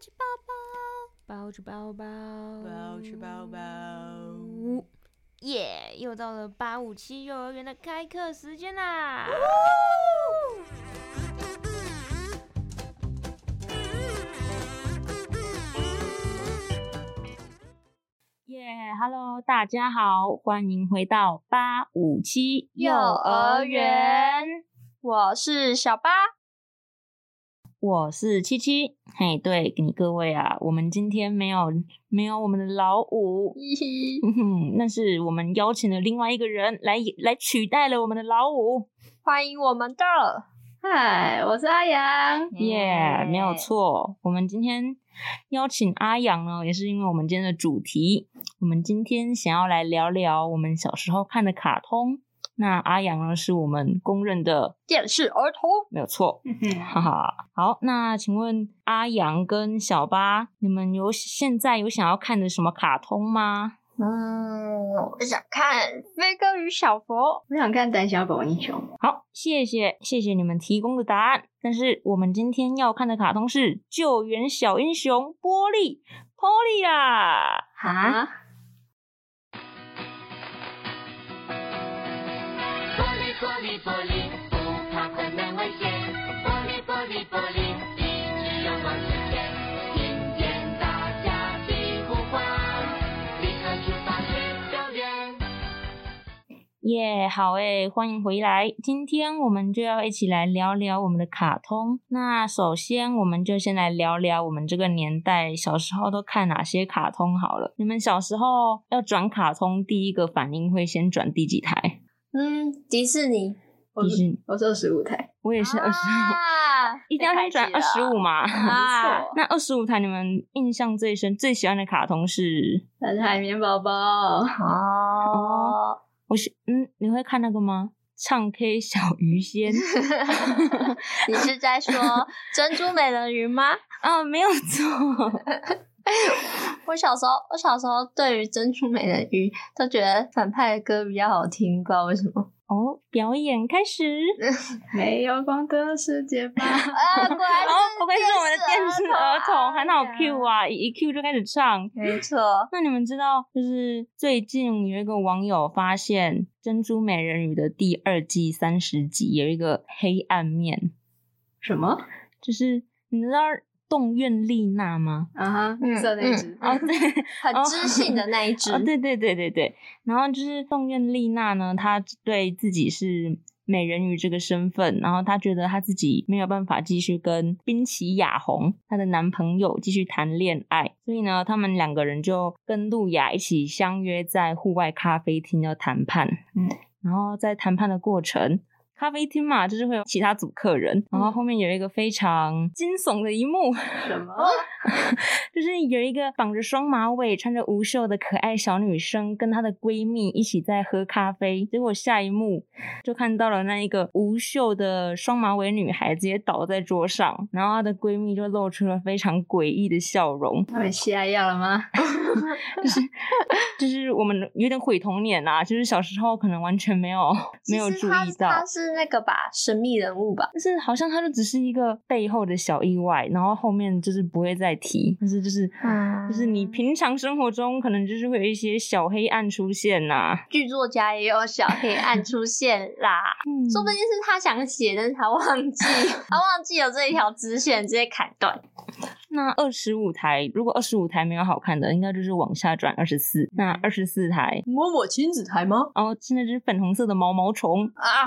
起包包，包着包包，包起包包。耶又到了八五七幼儿园的开课时间啦！耶、h e l l o 大家好，欢迎回到八五七幼儿园。我是小八，我是七七，嘿，对你各位啊，我们今天没有没有我们的老五，嘿嘿，嗯哼，那是我们邀请了另外一个人来来取代了我们的老五，欢迎我们的嗨，我是阿阳。耶、没有耶错。我们今天邀请阿阳呢，也是因为我们今天的主题，我们今天想要来聊聊我们小时候看的卡通。那阿阳呢，是我们公认的电视儿童。没有错，哈哈。好，那请问阿阳跟小八，你们有现在有想要看的什么卡通吗？嗯，我想看《飞哥与小佛我想看《胆小狗英雄》。好，谢谢谢谢你们提供的答案。但是我们今天要看的卡通是《救援小英雄》玻璃 Polly 啦。哈，玻璃玻璃玻璃，不怕困难危险。玻璃玻璃玻璃，一直勇往直前。听见大家的呼唤，立刻出发去救援。耶好诶，欢迎回来。今天我们就要一起来聊聊我们的卡通。那首先，我们就先来聊聊我们这个年代小时候都看哪些卡通好了。你们小时候要转卡通，第一个反应会先转第几台？嗯，迪士尼我迪士是尼，我是二十五台，我也是二十五，啊一定要先转二十五嘛。啊没 错那二十五台，你们印象最深、最喜欢的卡通是？但是海绵宝宝，哦，我是嗯，你会看那个吗？唱 K 小鱼仙。你是在说珍珠美人鱼 吗？啊，没有错。 我小时候，我小时候对于珍珠美人鱼都觉得反派的歌比较好听，不知道为什么。 哦，表演开始。没有光的世界吧？啊，果 然然后不愧是我们的电视儿童，还很好 Q 啊，一 Q 就开始唱。没错，那你们知道，就是最近有一个网友发现《珍珠美人鱼》的第二季三十集有一个黑暗面， 什么？就是你知道洞院丽娜吗？啊哈嗯，色那只。哦，对，很知性的那一只。哦，对 对对对对。然后就是洞院丽娜呢，她对自己是美人鱼这个身份，然后她觉得她自己没有办法继续跟滨崎雅弘她的男朋友继续谈恋爱，所以呢，他们两个人就跟路雅一起相约在户外咖啡厅要谈判。嗯，然后在谈判的过程。咖啡厅嘛，就是会有其他组客人，然后后面有一个非常惊悚的一幕，什么？就是有一个绑着双马尾、穿着无袖的可爱小女生，跟她的闺蜜一起在喝咖啡。结果下一幕就看到了那一个无袖的双马尾女孩直接倒在桌上，然后她的闺蜜就露出了非常诡异的笑容，他们下药了 吗？就是我们有点毁童年啊，就是小时候可能完全没有没有注意到他。是那个吧，神秘人物吧？但是好像她就只是一个背后的小意外，然后后面就是不会再提，但是就是嗯就是你平常生活中可能就是会有一些小黑暗出现呐、剧作家也有小黑暗出现啦， 嗯说不定是他想写，但是他忘记，他忘记有这一条支线，直接砍断。那二十五台，如果二十五台没有好看的，应该就是往下转二十四。那二十四台，摸摸亲子台吗？哦，是那只粉红色的毛毛虫，啊，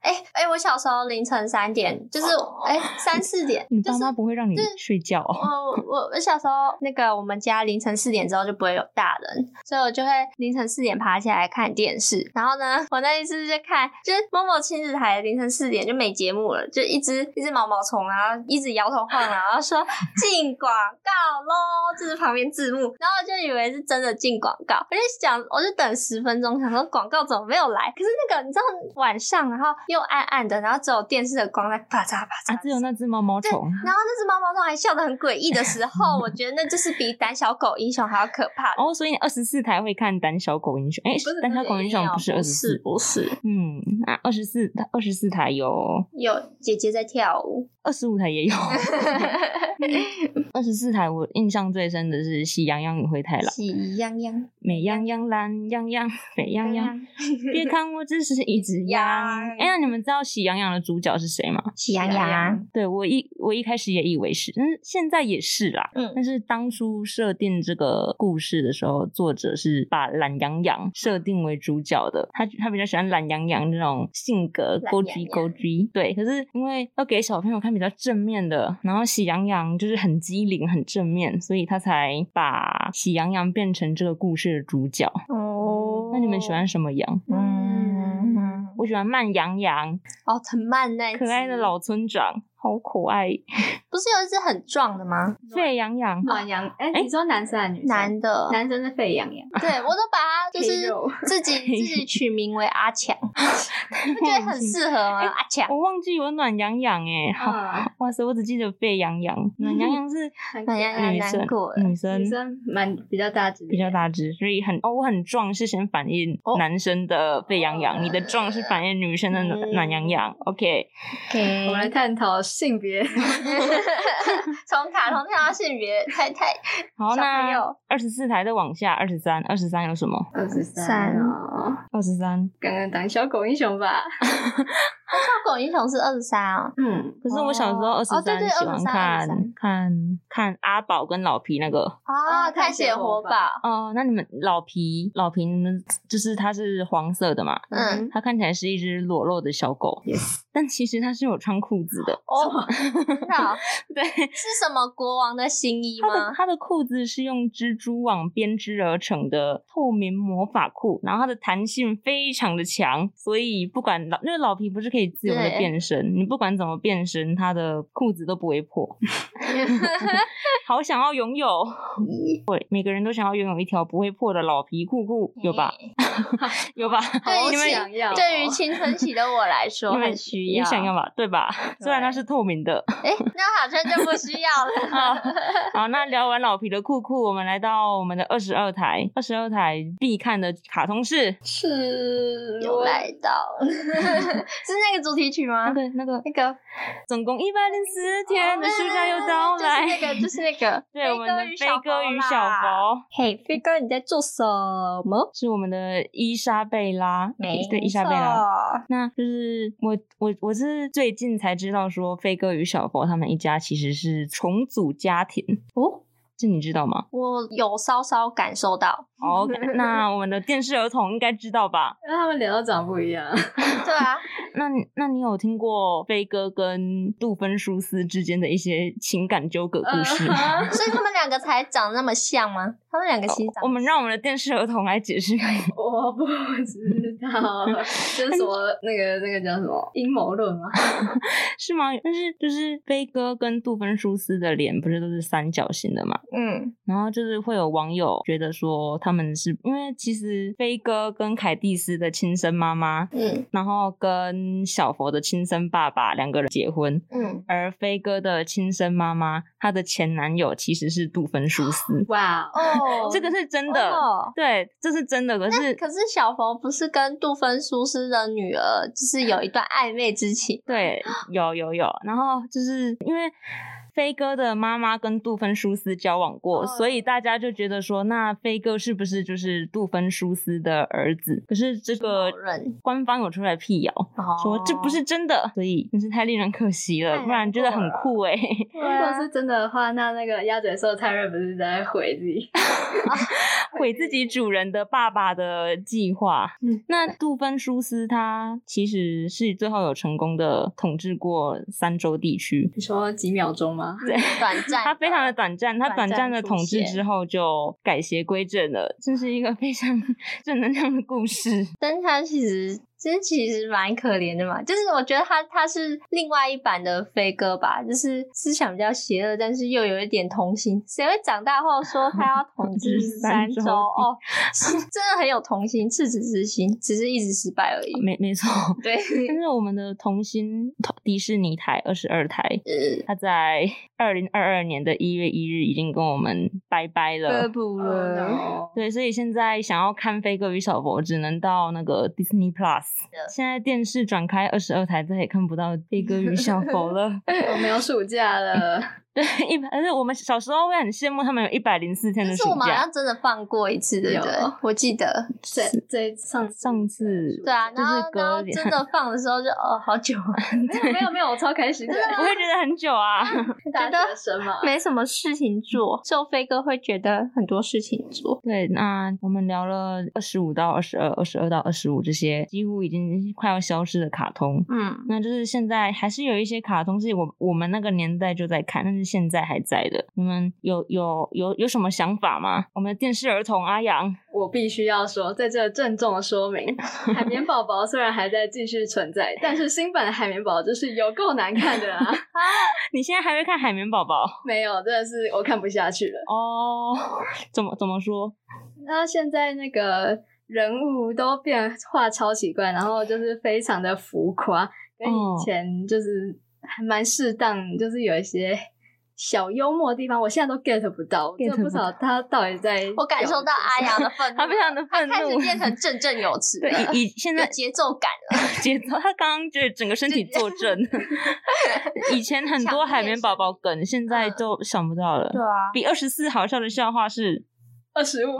哎、哎、我小时候凌晨三点，就是哎三四点你，就爸是妈不会让你就是睡觉哦？我我我小时候那个我们家凌晨四点之后就不会有大人，所以我就会凌晨四点爬起来看电视。然后呢，我那一次就看就是某某亲子台凌晨四点就没节目了，就一只一只毛毛虫，然后一直摇头晃脑，然后说进广告喽，这是旁边字幕，然后我就以为是真的进广告，我就想我就等十分钟，想说广告怎么没有来？可是那个你知道晚上，然后又暗暗的，然后只有电视的光在啪嚓啪嚓啊，只有那只毛毛 虫。然后那只毛毛虫还笑得很诡异的时候，我觉得那就是比胆小狗英雄还要可怕的。哦，所以二十四台会看《胆小狗英雄》，哎，不是胆小不是狗英雄》没有不是二不十是四，不是嗯，那二十四，二十四台有有姐姐在跳舞，二十五台 也有，二十四台我印象最深的是《喜羊羊与灰太狼》，喜羊羊，美羊羊、懒羊羊、美羊羊， 别看我只是一只羊。羊哎、那你们知道《喜羊羊》的主角是谁吗？喜羊羊，对我一我一开始也以为是，但是现在也是啦。嗯但是当初设定这个故事的时候，作者是把懒羊羊设定为主角的，他他比较喜欢懒羊羊这种性格，懒勾羊居羊勾居。对，可是因为要给小朋友看比较正面的，然后喜羊羊就是很机灵、很正面，所以他才把喜羊羊变成这个故事的主角。哦嗯那你们喜欢？什么羊？嗯，我喜欢慢羊羊，哦，藤蔓那一可爱的只老村长，好可爱。不是有一只很壮的吗？沸羊羊，暖阳，哎、哎你说男生还是女生？男的，男生是沸羊羊，对我都把它就黑是肉自己自己取名为阿强，不觉得很适合吗？阿强，我忘记有暖羊羊哎，好啊，哇塞，我只记得沸羊羊，暖羊羊是很可暖羊爱羊女难生过，了，女生女生蛮比较大只的，比较大只，所以很哦，我很壮是先反映哦男生的沸羊羊，你的壮是反映女生的暖嗯暖羊羊。OK， OK 我们来探讨性 别，从卡通跳到性别，太太好，小朋那友二十四台再往下，二十三，二十三有什么？二十三三哦，二十三，刚刚当小狗英雄吧，小狗英雄是二十三哦，嗯，可是我小时候哦二十哦对三对喜欢23看23看看阿宝跟老皮那个啊，探探险险哦活活宝宝，哦，那你们老皮老皮你们就是它是黄色的嘛，嗯，它看起来是一只裸露的小狗 Yes 但其实它是有穿裤子的。哦，真的哦 对，是什么国王的新衣它的吗？它的裤子是用蜘蛛网编织而成的透明魔法裤，然后它的弹性非常的强，所以不管老因为老皮不是可以自由的对变身，你不管怎么变身，它的裤子都不会 破。好想要拥有，对，每个人都想要拥有一条不会破的老皮裤裤，有吧？嗯有 吧？对你因们为想要哦对于青春期的我来说， 因为很需也要。想要吧，对吧？ 虽然它对是透明的。哎， 那好像就不需要 好了。好，那聊完老皮的酷酷，我们来到我们的二十二台，二十二台必看的卡通是是又来到， 是那个主题曲吗那？个那个那个总共一百零四天的暑假又哦到来，就是那个，就是那个 ，对我们的与飞哥与小啦。佛嘿，飞哥，你在做什么？是我们的伊莎贝拉，没对伊莎贝拉。拉，那就是我我我是最近才知道说飞哥与小佛他们一家其实是重组家庭哦，这你知道 吗我有稍稍感受到， ？OK，那我们的电视儿童应该知道吧？那他们脸都长不一样，对啊，那你那你有听过飞哥跟杜芬舒斯之间的一些情感纠葛故 事吗？嗯所以他们两个才长那么像吗？他们两个其实长我们让我们的电视儿童来解释。我不知道，这是什么那个那个叫什么阴谋论吗？，是吗？但是就是飞哥跟杜芬舒斯的脸不是都是三角形的嘛？嗯，然后就是会有网友觉得说他们是因为其实飞哥跟凯蒂斯的亲生妈妈，嗯然后跟小佛的亲生爸爸两个人结婚，嗯，而飞哥的亲生妈妈她的前男友其实是杜芬舒斯哇哦，哦 这个是真的。哦对，这是真的。可是，可是小佛不是跟杜芬舒斯的女儿，就是有一段暧昧之情。对，有有有。然后就是因为飞哥的妈妈跟杜芬舒斯交往过，哦所以大家就觉得说，那飞哥是不是就是杜芬舒斯的儿子？可是这个某人官方有出来辟谣，说这哦不是真的，所以真是太令人可惜了，太不然难觉得过很了酷哎、如对果啊，是真的的话，那那个鸭嘴兽泰瑞不是在毁自己？毁自己主人的爸爸的计划。嗯那杜芬舒斯他其实是最后有成功的统治过三州地区， 你说几秒钟吗？短暂 的，他非常的短暂，他短短暂暂的出统治现之后就改邪归正了，这是一个非常正能量的故 事。但他其实真其实蛮可怜的嘛，就是我觉得他他是另外一版的飞哥吧，就是思想比较邪恶，但是又有一点童心。谁会长大后说他要 统治治三三州？州哦，是真的很有童心，赤子之心，只是一直失败而已。没没错， 对，但是我们的童心童迪士尼台二十二台，呃，他在二零二二年的一月一日已经跟我们拜拜了。不 Oh no 对，所以现在想要看《飞哥与小佛》，只能到那个 Disney Plus。现在电视转开二十二台，再也看不到《悲歌与小佛》 了。我没有暑假了，对，一百，而且我们小时候会很羡慕他们有一百零四天的但暑是我们好假。像真的放过一次，对不对有？我记得，这这上上次对啊，就然是后然隔后真的放的时候就哦，好久啊， 没有没有，我超开心的，我会觉得很久啊。大学生嘛，没什么事情做，就飞哥会觉得很多事情做。对，那我们聊了二十五到二十二、二十二到二十五这些几乎已经快要消失的卡通。嗯，那就是现在还是有一些卡通是我我们那个年代就在看，但是现在还在的。你们有有有有什么想法吗？我们的电视儿童阿阳，我必须要说，在这郑重地说明，海绵宝宝虽然还在继续存在，但是新版的海绵宝宝就是有够难看的啦。你现在还会看海绵宝宝 没有，真的是我看不下去了。哦？ 怎么怎么说？那现在那个人物都变化超奇怪，然后就是非常的浮夸，跟哦以前就是还蛮适当，就是有一些小幽默的地方，我现在都 get 不到，我真 get 的不不知道他到底在。我感受到阿雅。的愤怒，他非常的愤他开始怒，变成振振有词了，对以以现在有节奏感了。 节奏，他刚刚就是整个身体坐 正。以前很多海绵宝宝梗，现在都想不到了。嗯啊，比二十四好笑的笑话是，二十 五，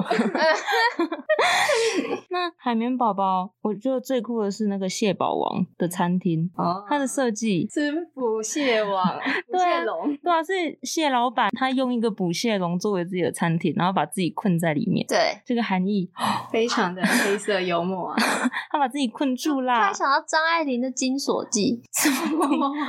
那海绵宝宝，我觉得最酷的是那个蟹堡王的餐厅，哦它的设计。是捕蟹网，捕对啊蟹笼，对啊，是蟹老板他用一个捕蟹笼作为自己的餐厅，然后把自己困在里面。对。这个含义，非常的黑色幽默 啊！他把自己困住突啦然！想到张爱玲的《金锁记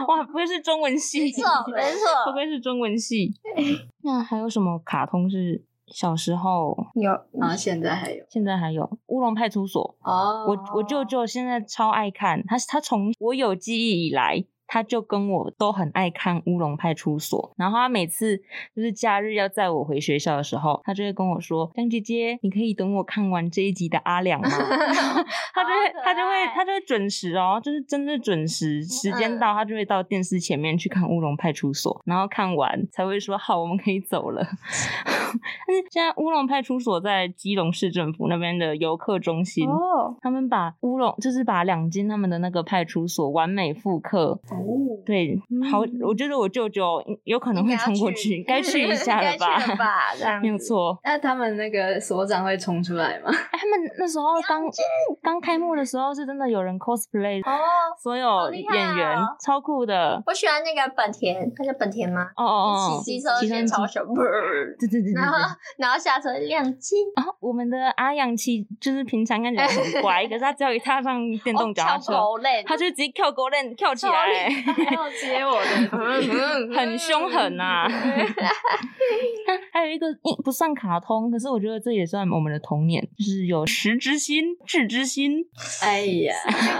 哇，不愧是中文系，没错没错不愧是中文系。 那还有什么卡通是小时候，》，有然后现在还有现在还有《乌龙派出所》？哦，我我舅舅现在超爱看，他他从我有记忆以来，他就跟我都很爱看《乌龙派出所》，然后他每次就是假日要载我回学校的时候，他就会跟我说：“江姐姐，你可以等我看完这一集的阿良 吗？”他就好可会爱他就会他就会准时哦，就是真的准时，时间嗯到他就会到电视前面去看《乌龙派出所》，然后看完才会说：“好，我们可以走了。” 但是现在乌龙派出所在基隆市政府那边的游客中心哦，他们把乌龙，就是把两间他们的那个派出所完美复刻。哦，对，好，嗯我觉得我舅舅有可能会冲过去，该去一下了吧？ 该去了吧，这样没有子。错。那他们那个所长会冲出来吗？哎，他们那时候刚刚开幕的时候，是真的有人 cosplay 哦，所好有厉害演员哦，超酷的。我喜欢那个本田，他叫本田吗？哦哦哦，骑机车先超机雄，对对对 对然后对。然后下车亮晶，然后我们的阿阳其就是平常看起来 很乖，可是他只要一踏上电动脚踏车哦，超狗累，他就直接跳狗链跳起超来。要接我 的，很凶狠呐、 还有一个嗯不算卡通，可是我觉得这也算我们的童年，就是有食之心、智之心。哎 呀，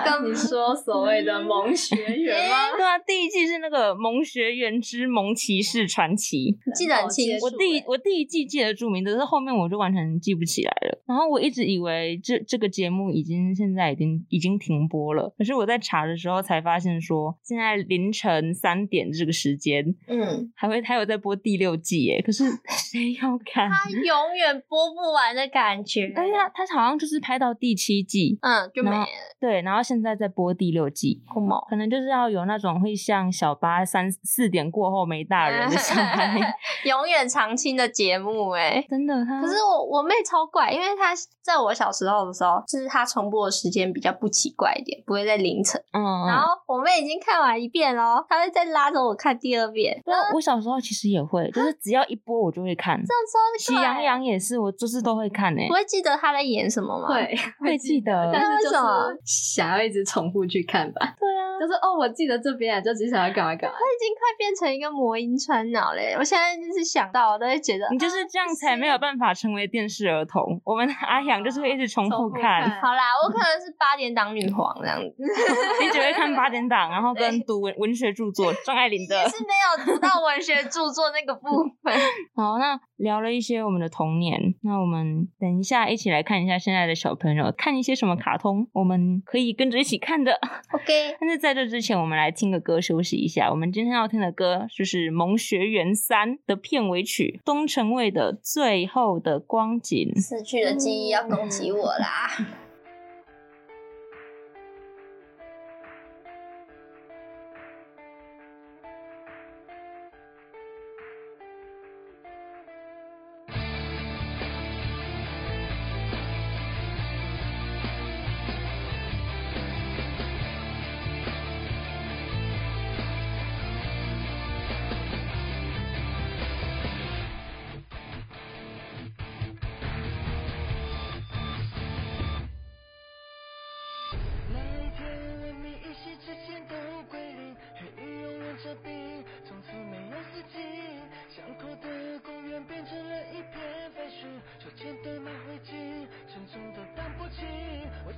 跟你说所谓的萌学园 吗？对啊，第一季是那个《萌学园之萌骑士传奇》，记得很清楚我欸。第一我第一季记得住名字，但是后面我就完全记不起来了。然后我一直以为这这个节目已经现在已经已经停播了，可是我在查的时候才发现说，现在凌晨三点这个时间嗯，还会还有在播第六季耶，可是 谁要看？他永远播不完的感觉。但是他他好像就是拍到第七季，嗯，就没然后了，对，然后现在在播第六季，好猛。可能就是要有那种会像小八三四点过后没大人的小孩， 永远常青的节目哎、真的他可是我我妹超怪，因为她在我小时候的时候，就是她重播的时间比较不奇怪一点，不会在凌晨。嗯，然后我妹已经看完一遍咯，她会再拉着我看第二遍。对啊我小时候其实也会，就是啊只要一播我就会看，《这喜样超怪羊羊》也是，我就是都会看欸诶、不欸会记得她在演什么吗？，会，会记得，但是就为什么是想要一直重复去看吧，对啊，就是哦，我记得这边啊，就只想要干嘛干嘛。她已经快变成一个魔音穿脑嘞！我现在就是想到，我都会觉得你就是这样才没有办法成为电视儿童。我们阿啊阳就是会一直重复重复看，看好啦，我可能是八点档女皇这样子， 你只会看八点档，然 后跟读文文学著作，张爱玲的。也是没有读到文学著作那个部 分。 好，那聊了一些我们的童年，那我们等一下一起来看一下现在的小朋友看一些什么卡通，我们可以跟着一起看的。 OK，但是在这之前，我们来听个歌休息一下。我们今天要听的歌就是《萌学园三》的片尾曲，东城卫的《最后的光景》。失去的记忆要攻击我啦！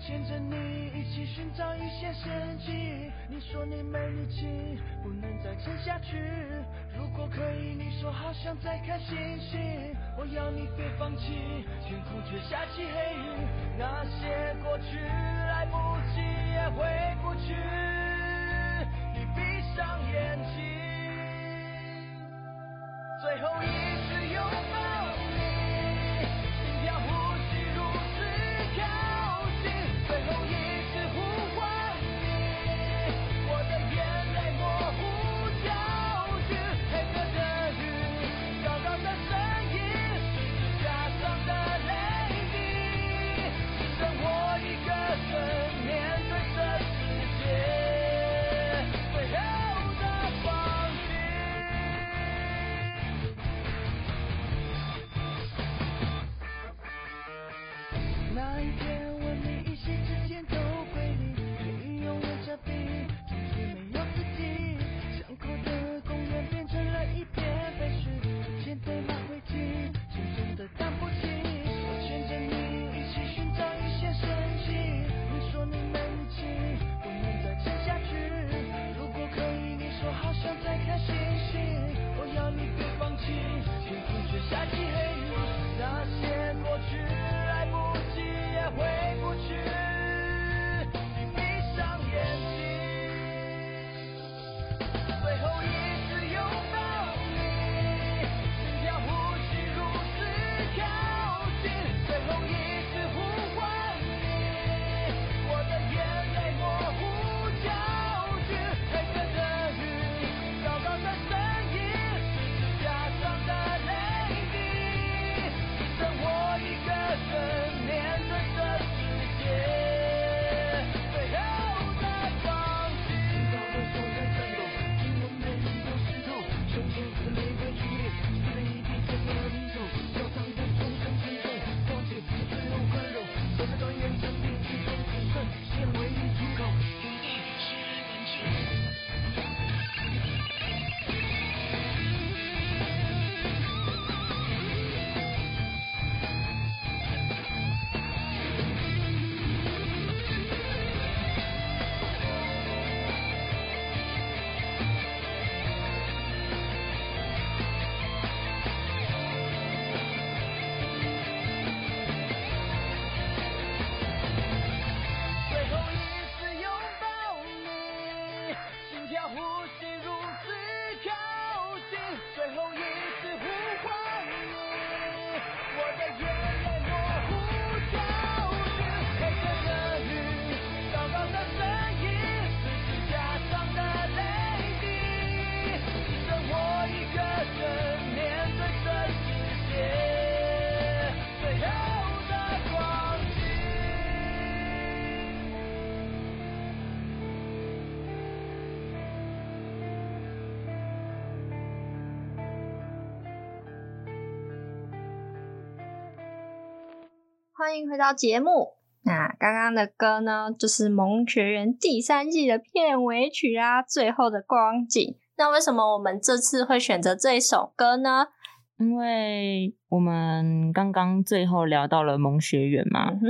跟着你一起寻找一些生机。你说你没力气，不能再撑下去。如果可以，你说好想再看星星。我要你别放弃，天空却下起黑雨。那些过去来不及也回不去，你闭上眼睛，最后一次拥抱你。心跳呼吸如此靠近，最后一次呼唤你，我的眼泪模糊焦距，黑色的雨，高高的身影，是假装的泪滴，只剩我一个人面对这世界最后的光景。那一天，我们一夕之间都归零，可以拥有这笔，只是没有自己。巷口的公园变成了一片废墟，时间堆满灰烬，沉重的荡不起。我牵着你一起寻找一些生机，你说你没力气，不能再撑下去。如果可以，你说好想再看星星，我要你别放弃，天空却下起黑雨，那些过去来不及也回不去，你闭上眼睛，最后一次拥抱你，心跳呼吸如此靠近，最后一次呼唤你，我的眼泪模糊焦距，黑色的雨，高高的身影，是假装的泪滴，只剩我一个人面对这世界最后的光景。到了手在颤抖，今晚每一都湿透，胸前的玫瑰剧烈，撕了一地怎么离手？教堂的钟声吹动，光景最后宽容，走在断垣残壁之中，谨慎现为一出口，一定是门去。最后一次拥抱你，心跳呼吸如此靠近，最后一次呼唤你，我的眼泪模糊焦距，黑色的雨，高高的身影，是假装的泪滴，只剩我一个人面对这世界最后的光景。欢迎回到节目。那刚刚的歌呢，就是《萌学园》第三季的片尾曲啊，《最后的光景》。那为什么我们这次会选择这一首歌呢？因为我们刚刚最后聊到了萌学园嘛，嗯哼，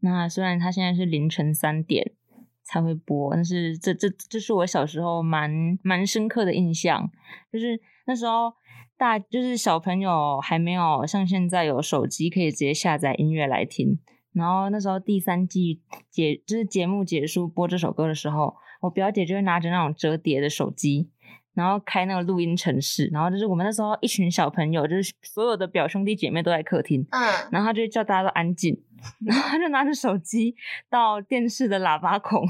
那虽然它现在是凌晨三点才会播，但是这这这是我小时候蛮蛮深刻的印象，就是那时候大就是小朋友还没有像现在有手机可以直接下载音乐来听，然后那时候第三季结就是节目结束播这首歌的时候，我表姐就会拿着那种折叠的手机，然后开那个录音程式，然后就是我们那时候一群小朋友，就是所有的表兄弟姐妹都在客厅，嗯，然后他就会叫大家都安静， 然后他就拿着手机到电视的喇叭孔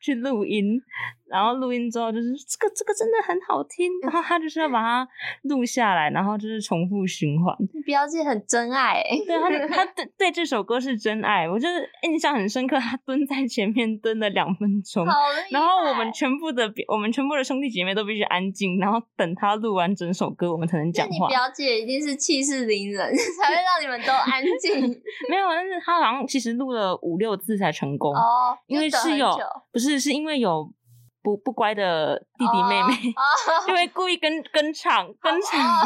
去录音，然后录音之后就是这个这个真的很好听，然后他就是要把它录下来，然后就是重复循环。你表姐很真爱、欸，对，他他对对这首歌是真爱，我就是印象很深刻，他蹲在前面蹲了两分钟。好厉害。然后我们全部的我们全部的兄弟姐妹都必须安静，然后等他录完整首歌，我们才能那讲你话。表姐一定是气势凌人，才会让你们都安静没有，但是他好像其实录了五六次才成功。哦，因为就等是很有久不是是因为有不不乖的弟弟妹 妹， 哦就会故意跟跟场跟场，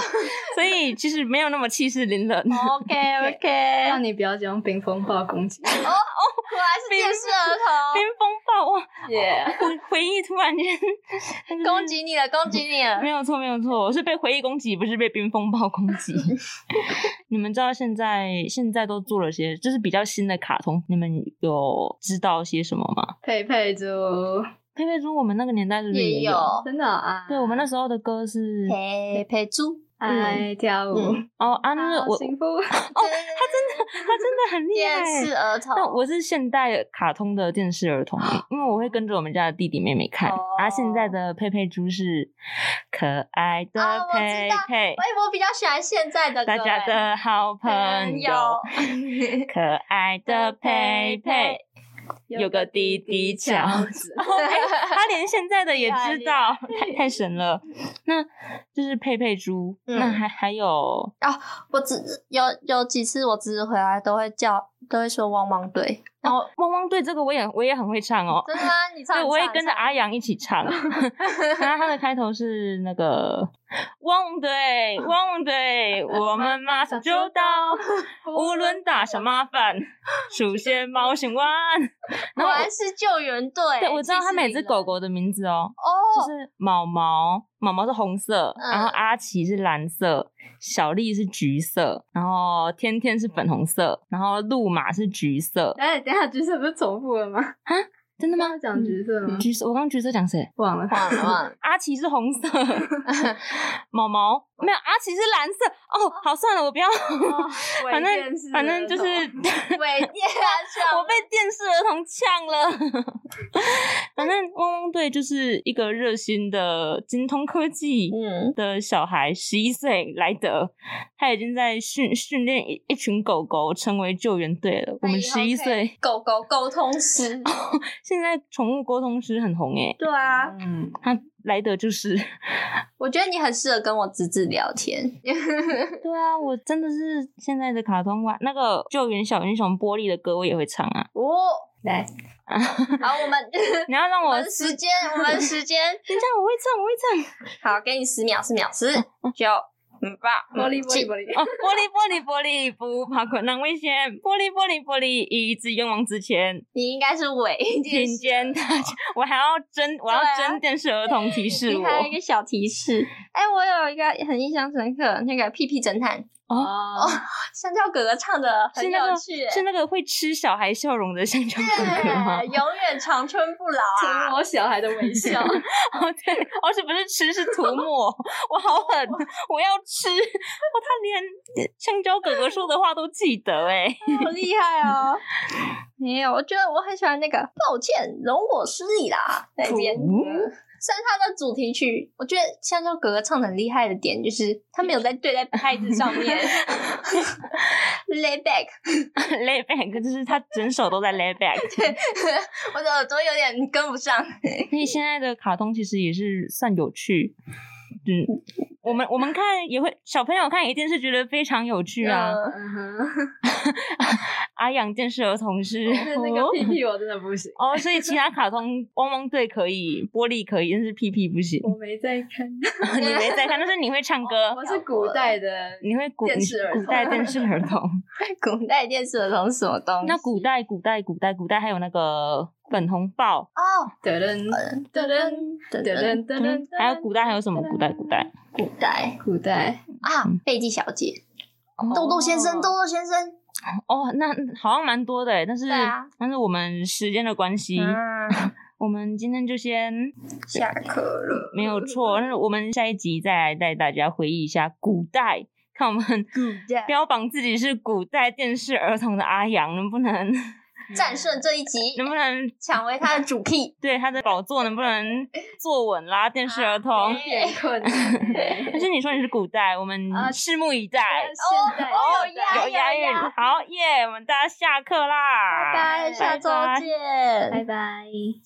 所以其实没有那么气势凌人。啊哦，OK OK，啊让你表姐用冰风暴攻击。果然是电视儿童冰。风暴哇，耶回回忆突 然间那就是攻击你了，攻击你了没！有错，没有错，我是被回忆攻击，不是被冰风暴攻 击。你们知道现在现在都做了些，就是比较新的卡通，你们有知道些什么吗？佩佩猪，佩佩猪，我们那个年代是不是也有？有真的啊，对，我们那时候的歌是陪陪猪，嗯，爱跳舞，嗯哦啊，那好我幸福。哦，他真的他真的很厉害。电视儿童，那我是现代卡通的电视儿童，因为我会跟着我们家的弟弟妹妹看。啊，现在的佩佩猪是可爱哦的我知佩道佩，哎，我比较喜欢现在的歌大家哎的好朋友， 朋可爱的佩佩。有个弟弟叫子，哎他连现在的也知道，太太神了。那就是佩佩猪，嗯那还还有我只有有几次我侄子回来都会叫，都会说汪汪队， 然后汪汪队，这个我也我也很会唱哦。真的吗？你唱，对，你我也唱跟着阿阳一起 唱。那他的开头是那个汪队，汪队，我们马上就 到，无论打什么麻烦，首先猫醒 湾。你唱果然是救援队。对，我知道他每只狗哦狗的名字哦，就是毛毛，毛毛是红色，嗯然后阿奇是蓝色，小丽是橘色，然后天天是粉红色，然后路马是橘色。哎，等一下橘色不是重复了吗？真的吗？讲橘色嗯吗？橘色，我刚刚橘色讲谁？忘了，忘了 忘了，阿奇是红 色，毛毛没有，阿奇是蓝色。哦，好，算了，我不要。 反微哦电视正反正就是 伟电笑，我被电视儿童呛了。反正汪汪队就是一个热心的精通科技，嗯，的小孩十一岁莱德，他已经在训训练一一群狗狗成为救援队了。哎我们那以后十一可以岁，狗狗沟通 师，哦现在宠物沟通师很红诶，对啊，嗯，他莱德就是。我觉得你很适合跟我侄子聊天。 对啊，我真的是现在的卡通玩那个救援小英雄玻璃的歌我也会唱啊。哦，来，嗯好，我们你要让我 我们时间，我们时间，等一下我会唱，我会唱。好，给你十秒，十秒，十九。嗯，八，玻璃玻璃七玻哦，璃，玻璃玻璃玻璃不怕困难危险，玻璃玻璃玻璃一直勇往直前。你应该是 尾，听见大家，我还要真我要对啊真电视儿童提示你我。还有一个小提示，哎、我有一个很印象深刻，那个屁屁侦探哦，香蕉哥哥唱的很是有那个趣、是那个会吃小孩笑容的香蕉哥哥吗 对，？永远长春不老 涂啊！抹小孩的微笑，哦，对，哦，是不是吃是涂抹？我好 狠，我要吃！哦，他连香蕉哥哥说的话都记得哎。 好厉害哦！没有，我觉得我很喜欢那个，抱歉，容我失礼啦，那哦边。虽然它的主题曲，我觉得香蕉哥哥唱的很厉害的点就是他没有在对在拍子 上面 lay back， lay back 就是他整首都在 lay back。我的耳朵有点跟不上。所以现在的卡通其实也是算有趣。嗯，我们我们看也会，小朋友看一定是觉得非常有趣啊。嗯嗯哼，阿养电视儿童是那那个屁屁我真的不行，哦，所以其他卡通汪汪队可以，玻璃可以，但是屁屁不行。我没在看，你没在看，但是你会唱歌我，是古代的，你会古电视儿童古代电视儿 童。古代电视儿童什么东西？那古代古代古代古代还有那个粉红豹，哦，噔噔噔噔等噔等，噔噔嗯噔，还有古代还有什么古代古代？古代古代，啊嗯，贝蒂小姐，哦豆豆先生，豆豆先生，哦，那好像蛮多的欸诶，但是对啊但是我们时间的关系，嗯，呃我们今天就先下课了，没有错，但是我们下一集再来带大家回忆一下古代。看我们 古代标榜自己是古代电视儿童的阿阳，能不能战胜这一集，能不能抢回他的主 key？对他的宝座能不能坐稳啦？电视儿童啊，有点困难， 但是你说你是古代，我们呃啊拭目以待。现代哦现代哎有押韵，好耶！我们大家下课啦，拜，下周拜拜见，拜拜。